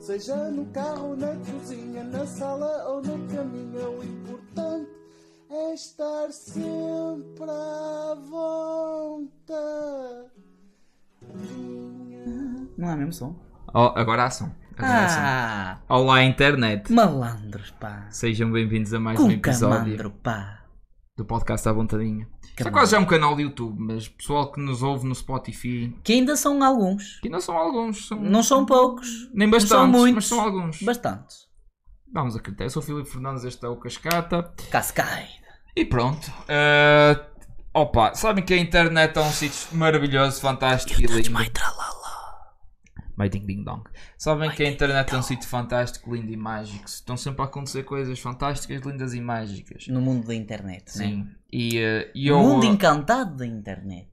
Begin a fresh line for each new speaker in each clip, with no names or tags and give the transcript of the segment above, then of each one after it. Seja no carro, na cozinha, na sala ou no caminho, é o importante é estar sempre à vontade.
Não há mesmo som?
Oh, agora há som. Agora há som.
Ah,
Olá, internet.
malandros, pá.
Sejam bem-vindos a mais um
Com
episódio
camandro, pá.
do podcast à vontadinha. Isto é
Camandro.
quase já um canal de YouTube, mas pessoal que nos ouve no Spotify,
Que ainda são alguns.
que não são alguns, são
Não são poucos.
nem
não
bastantes,
são muitos.
mas são alguns.
Bastantes.
Vamos acreditar. Eu sou o Filipe Fernandes, este é o Cascata.
Cascai.
E pronto. Eh, opa, sabem que a internet é um sítio maravilhoso, fantástico e lindo. My ding ding dong. Sabem que a internet é um sítio fantástico, lindo e mágico. Estão sempre a acontecer coisas fantásticas, lindas e mágicas.
No mundo da internet, né?
Sim. E, eh, e
O
eu.
mundo encantado da internet.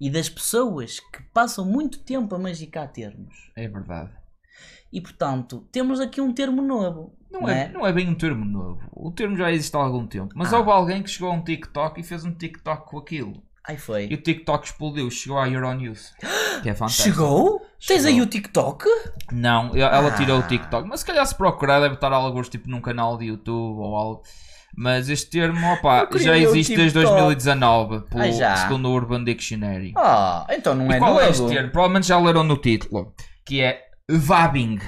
E das pessoas que passam muito tempo a magicar termos.
É verdade.
E portanto, temos aqui um termo novo.
Não é, não é bem um termo novo. O termo já existe há algum tempo. Mas
Ah.
houve alguém que chegou a um TikTok e fez um TikTok com aquilo.
Aí
E
foi.
o TikTok explodiu. Chegou à Euronews. Que é fantástico.
Chegou? Tens
Chegou.
aí o TikTok?
Não, e- ela
Ah.
tirou o TikTok. Mas se calhar se procurar deve estar alguns tipo num canal de YouTube ou algo. Mas este termo, opa,
Eu queria
já
ver o
existe desde
TikTok.
2019, pelo,
Ai, já.
segundo o Urban Dictionary.
Ah, então não
e
é
qual
novo.
é este termo? Provavelmente já leram no título, que é vabbing.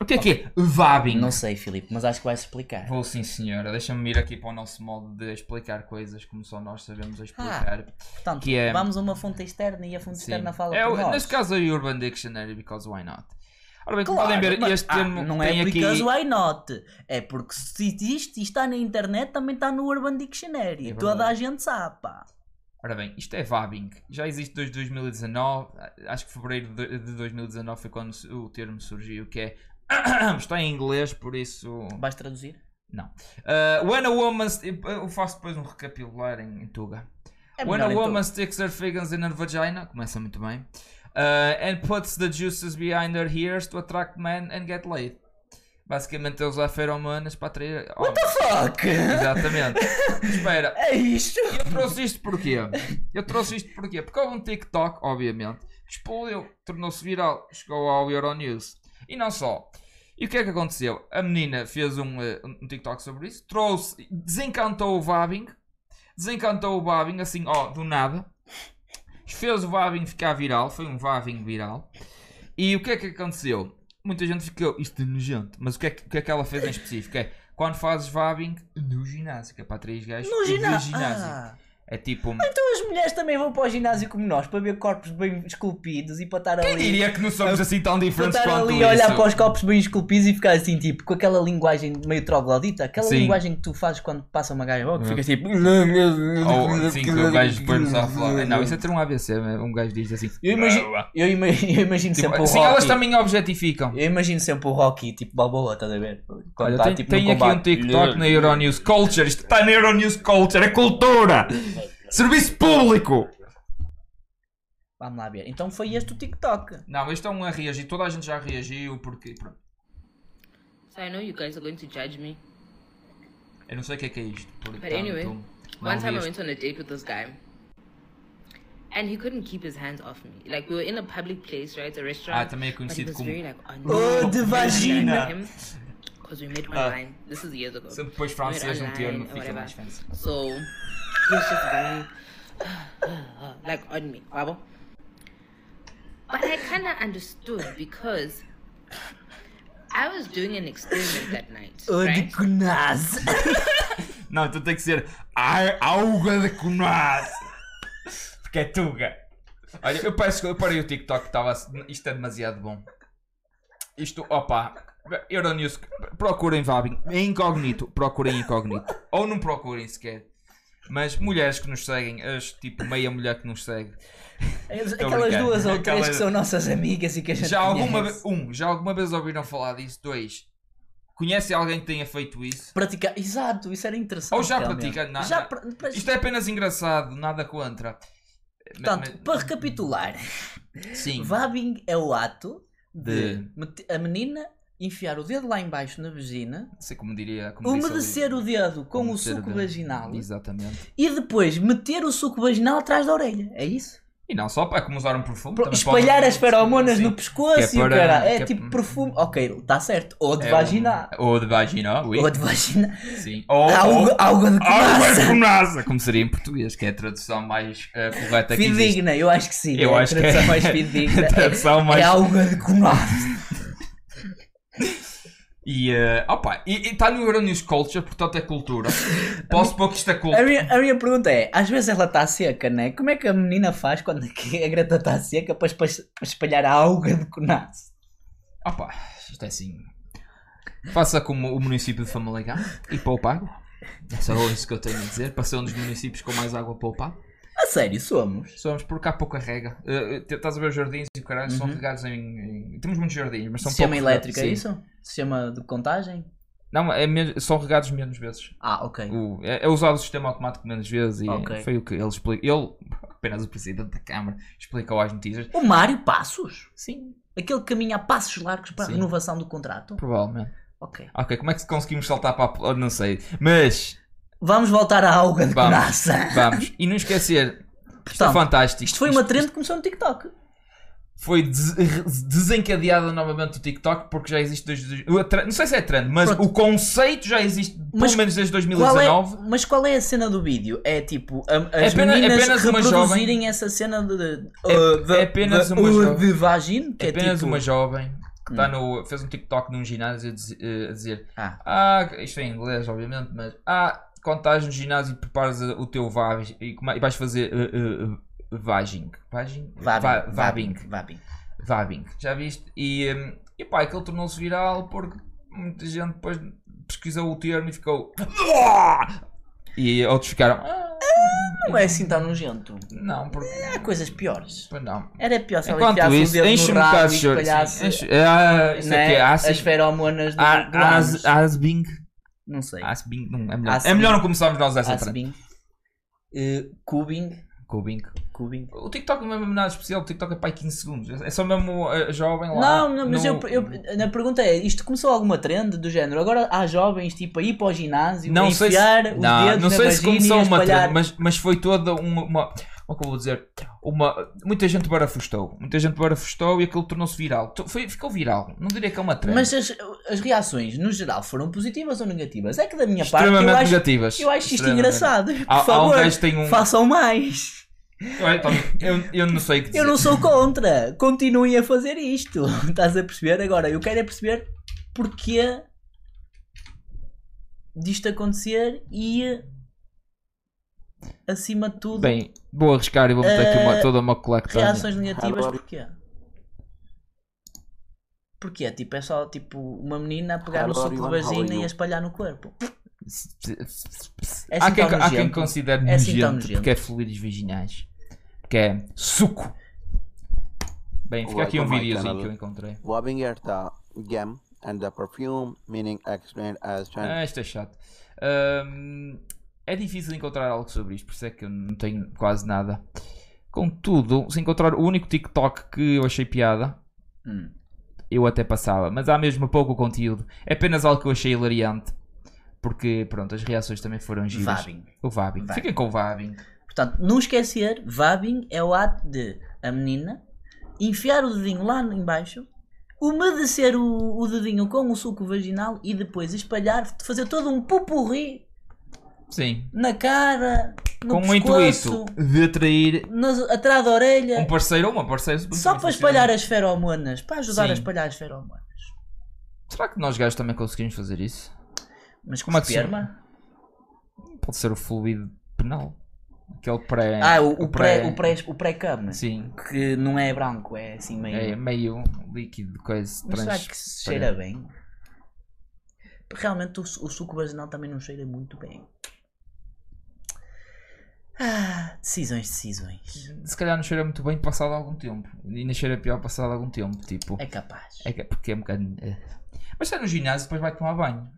O que é que é vabbing?
Não sei, Filipe, mas acho que vais explicar.
Vou sim senhora, deixa-me ir aqui para o nosso modo de explicar coisas como só nós sabemos explicar.
Portanto,
que é-
vamos a uma fonte externa e a fonte
Sim.
externa fala
é,
por
o-
nós.
Neste caso é o Urban Dictionary, because why not? Ora bem, como
Claro,
podem ver,
mas-
este
ah,
termo
não
tem
é
aqui...
because why not? É porque se existe e está na internet, também está no Urban Dictionary.
É
Toda
verdade.
a gente sabe, pá.
Ora bem, isto é vabbing. Já existe desde 2019, acho que fevereiro de de 2019 foi quando o termo surgiu, que é... Está em inglês, por isso...
Vais traduzir?
Uh, when a woman... st- Eu faço depois um recapitular em, em Tuga.
É
When
melhor
a
então.
woman sticks her fingers in her vagina, começa muito bem, uh, and puts the juices behind her ears to attract men and get laid. Basicamente, eles usar feromonas para atrair homens.
Fuck!
Exatamente. Espera,
É isto?
eu trouxe isto porquê? Eu trouxe isto porquê? Porque houve um TikTok, obviamente, que explodiu, tornou-se viral, chegou ao Euronews. E não só. E o que é que aconteceu? A menina fez um, eh, um TikTok sobre isso, trouxe, desencantou o Vabbing, desencantou o Vabbing, assim, ó, do nada. Fez o Vabbing ficar viral, foi um Vabbing viral. E o que é que aconteceu? Muita gente ficou, isto é nojento, mas o que é que, o que, é que ela fez em específico? É, quando fazes Vabbing no ginásio, que é para três gajos
No
e de
ginásio.
ginásio.
Ah,
É tipo.
então as mulheres também vão para o ginásio como nós, para ver corpos bem esculpidos e para estar
Quem
ali.
diria que não somos assim tão
Para
diferentes
estar
quanto
ali
isso?
a olhar para os copos bem esculpidos e ficar assim, tipo, com aquela linguagem meio troglodita, aquela
Sim.
linguagem que tu fazes quando passa uma gaja, oh, que
É.
fica tipo.
Ou assim que o gajo depois nos a falar. Não, isso é ter um ABC, um gajo diz assim.
Eu imagino- Eu, ima- eu imagino
Tipo,
é sempre o
sim,
Rocky.
elas também objetificam.
Eu imagino sempre o Rocky, tipo, balboa, estás a ver? Quando
Olha,
tá,
tem,
tipo,
tem
num
aqui um
combate.
TikTok na Euronews Culture. Isto está na Euronews Culture, é cultura! Serviço público!
Vamos lá ver. Então foi este o TikTok.
Não, este é um a reagir, toda a gente já reagiu porque. pronto.
So I know you guys are going to judge me.
Eu não sei o que é que é isto. Portanto,
But anyway,
não
One time
vi
I
este.
went on a date with this guy. And he couldn't keep his hands off me. Like we were in a public place, right? A
Ah,
restaurant.
também é
but he
conhecido
was
como.
very like on
Oh, the vagina.
Because we met
Ah.
online. This is years ago.
Sempre depois francês um
online
termo,
or
fica
whatever.
mais fancy.
So he was just very like on me, wabo. But I kind of understood because I was doing an experiment that night,
Oh,
oh,
right?
Odeconase.
Não, então tem que ser Ai, Auga de Conás. Porque é Tuga. Olha, eu peço que eu parei o TikTok, estava a- isto é demasiado bom. Isto, opa, Euronews, procurem Vabin, é incógnito, procurem incógnito. Ou não procurem sequer. Mas mulheres que nos seguem, as tipo meia mulher que nos segue,
Aquelas
brincando.
duas ou
Aquelas-
três que são nossas amigas e que a gente
já alguma
conhece.
vez, um, já alguma vez ouviram falar disso? Dois, conhece alguém que tenha feito isso?
Praticar. Exato, isso era interessante.
Ou já
realmente.
pratica- na-
Já
na-
pra- pra-
Isto é apenas engraçado, nada contra.
Portanto,
Mas-
para recapitular,
mas- sim.
vabbing é o ato de,
De-
mete- a menina enfiar o dedo lá embaixo na vagina,
Não sei como diria. Como disse
umedecer
ali.
o dedo com o
Umedecer
suco
dedo.
vaginal
Exatamente.
e depois meter o suco vaginal atrás da orelha. É isso?
E não só para como usar um perfume.
Pro-
também pode-
espalhar as feromonas
Sim.
no pescoço
Que é
e o
para-
cara. É,
que é-
tipo perfume. Ok, está certo. Ou de
É um-
vagina. Ah,
Ou de vagina, oui.
Ou de vagina.
Sim. Ou,
Algo,
ou-
algo de
Oh, Algo é
classe.
com NASA, como seria em português, que é a tradução mais eh, correta que existe.
Fidedigna, eu acho que sim.
Eu
é
acho
a
que
tradução
é-
mais fidedigna.
A tradução
É,
mais.
é algo de classe.
E, eh, opa, e está no Euronews Culture, portanto é cultura. Posso pôr que isto é
A
cultura?
minha, a minha pergunta é: às vezes ela está seca, né? Como é que a menina faz quando que a Greta está seca para espa- para espalhar a alga de conasse?
Opa, isto é assim. Faça como o município de Famalicão e poupa água. É só isso que eu tenho a dizer. Passou um dos municípios com mais água poupada.
A sério, somos?
Somos por cá pouca rega. Eh, eh, estás a ver os jardins e o caralho são
Uhum.
regados em, em- Temos muitos jardins, mas são
Sistema
pouco-
elétrico, é
sim.
isso? Sistema de contagem?
Não, é menos- são regados menos vezes.
Ah, ok.
O- é, é usado o sistema automático menos vezes e
Ok.
foi o que ele explicou. Ele, apenas o presidente da Câmara, explicou às notícias.
O Mário Passos?
Sim,
Aquele que caminha a passos largos para
Sim.
a renovação do contrato?
provavelmente.
Ok.
Ok, como é que conseguimos saltar para a. pol- Não sei. Mas,
Vamos voltar à alga de
Vamos.
conaça.
vamos. E não esquecer, isto é
Portanto,
fantástico.
isto foi uma trend que começou no TikTok.
foi des- desencadeada novamente do TikTok porque já existe desde. o tre- Não sei se é trend, mas
Pronto.
o conceito já existe
Mas
pelo menos desde
Qual é-
2019.
mas qual é a cena do vídeo? É tipo, a- as
apenas- é
meninas
apenas uma
reproduzirem
jovem-
essa cena de, de, uh,
É-
de-
é apenas
de-
uma
de-
jovem.
de vagina, que é,
apenas
tipo...
uma jovem que tá
Hum.
no, fez um TikTok num ginásio a diz- eh, a dizer
Ah,
Ah, isto é em inglês, obviamente, mas ah, quando estás no ginásio e preparas eh, o teu vag e, come- e vais fazer eh, eh, eh, vaging. Vaging? Va-
vabbing,
Vabbing.
vabbing, vabbing.
Vabbing. Já viste? E, hum, e pá, aquilo tornou-se viral porque muita gente depois pesquisou o termo e ficou. "Ah!" E outros ficaram. "Ah,
Não é assim tão nojento.
Não, porque.
Há coisas piores.
Pois não.
Era pior se ela
Enquanto
enfiasse o
isso,
dedo
enche um
no rabo
bocado
e
de choro.
espalhasse
sim, enche- Ah, Isso
né,
aqui é
as
assim.
feromonas do
Ah,
do ânus.
as- Asbing.
Não sei.
Asbing, não, é melhor.
Asbing.
É melhor não começarmos
Ah,
nós essa frente.
Asbin. Eh, Cubing.
Cubing.
Cubing.
O TikTok não é mesmo nada especial, o TikTok é pai 15 segundos. É só mesmo a jovem lá.
Não, não, mas
no-
eu, eu- na pergunta é, isto começou alguma trend do género? Agora há jovens tipo a ir para o ginásio, a
Não sei se,
enfiar os
não,
dedos
não
na
sei se
vagina
começou
e a
uma
espalhar.
trend, mas, mas foi toda uma, uma. Como é que eu vou dizer? Uma, muita gente barafustou. Muita gente barafustou e aquilo tornou-se viral. To- Foi, ficou viral. Não diria que é uma trend.
Mas as, as reações no geral foram positivas ou negativas? É que da minha parte
extremamente
eu acho,
negativas.
eu acho isto
Extremamente.
engraçado. Por
Há, há um
favor,
gajo que tem um.
façam mais.
Olha, Tom, eu, eu não sei o que dizer.
Eu não sou contra. Continuem a fazer isto. Estás a perceber? Agora, eu quero é perceber porquê disto acontecer e acima de tudo
Bem, vou arriscar e vou meter aqui uma- toda uma colecta.
Eh, reações negativas porquê? Porquê? Tipo, é só tipo uma menina a pegar no
Hello,
suco de
everyone, how
vagina
are
e
you?
a espalhar no corpo. É
há,
assim
quem,
tão
há quem
nojento.
considere
É assim
nojento,
tão
porque é fluidos vaginais. Que é suco. Bem, fica
Ué,
aqui um
como é que
videozinho
ela-
que eu encontrei.
Bobbing at the gem and the perfume meaning explained as trans
Ah, isto é chato. Ahm, é difícil encontrar algo sobre isto, por isso é que eu não tenho quase nada. Contudo, se encontrar o único TikTok que eu achei piada,
Hum.
eu até passava. Mas há mesmo pouco conteúdo. É apenas algo que eu achei hilariante. Porque, pronto, as reações também foram giras.
Vabbing.
O Vabing.
Vabbing.
Fiquem com o Vabing.
Portanto, não esquecer, vabbing é o ato de a menina enfiar o dedinho lá embaixo, umedecer o, o dedinho com o suco vaginal e depois espalhar, fazer todo um pupurri
Sim.
na cara, no
com o
pescoço,
intuito de atrair
nas- atrás da orelha,
um parceiro ou uma parceira.
só para espalhar as feromonas, para ajudar
Sim.
a espalhar as feromonas.
Será que nós gajos também conseguimos fazer isso?
Mas
Como é que se
esperma?
Pode ser o fluido penal. Aquele pré.
Ah, o, o pré, o pré, o pré cama
Sim.
que não é branco, é assim meio.
É meio líquido, coisa
Mas será
trans.
que se cheira bem? Realmente o, su- o suco vaginal também não cheira muito bem. Ah, decisões, decisões.
Se calhar não cheira muito bem passado algum tempo. E ainda cheira pior passado algum tempo. Tipo.
É capaz.
É que- porque é um bocado. é. Mas está no ginásio depois vai tomar banho.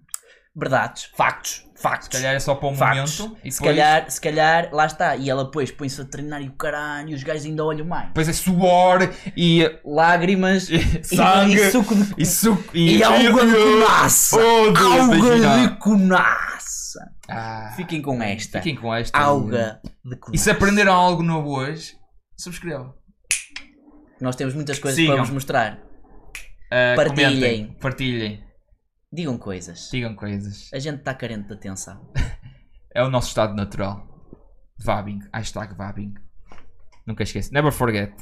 Verdades, factos, factos.
Se calhar é só para um
Factos.
momento. E
se,
depois-
calhar, se calhar, lá está. E ela depois põe-se a treinar e o caralho, e os gajos ainda olham mais.
Depois é suor e.
Lágrimas e,
sangue.
e suco de.
E suco. E,
E um alga de
e-
conaça!
Oh, Deus,
Alga
vaginal.
de conaça!
Ah,
Fiquem com esta.
fiquem com esta. é
Alga de conaça.
E se aprenderam algo novo hoje, subscrevam.
Nós temos muitas coisas
Sigam.
para vos mostrar.
Ah,
Partilhem.
comentem, partilhem.
Digam coisas.
Digam coisas.
A gente está carente de atenção.
É o nosso estado natural. Vabbing. Hashtag Vabbing. Nunca esquece. Never forget.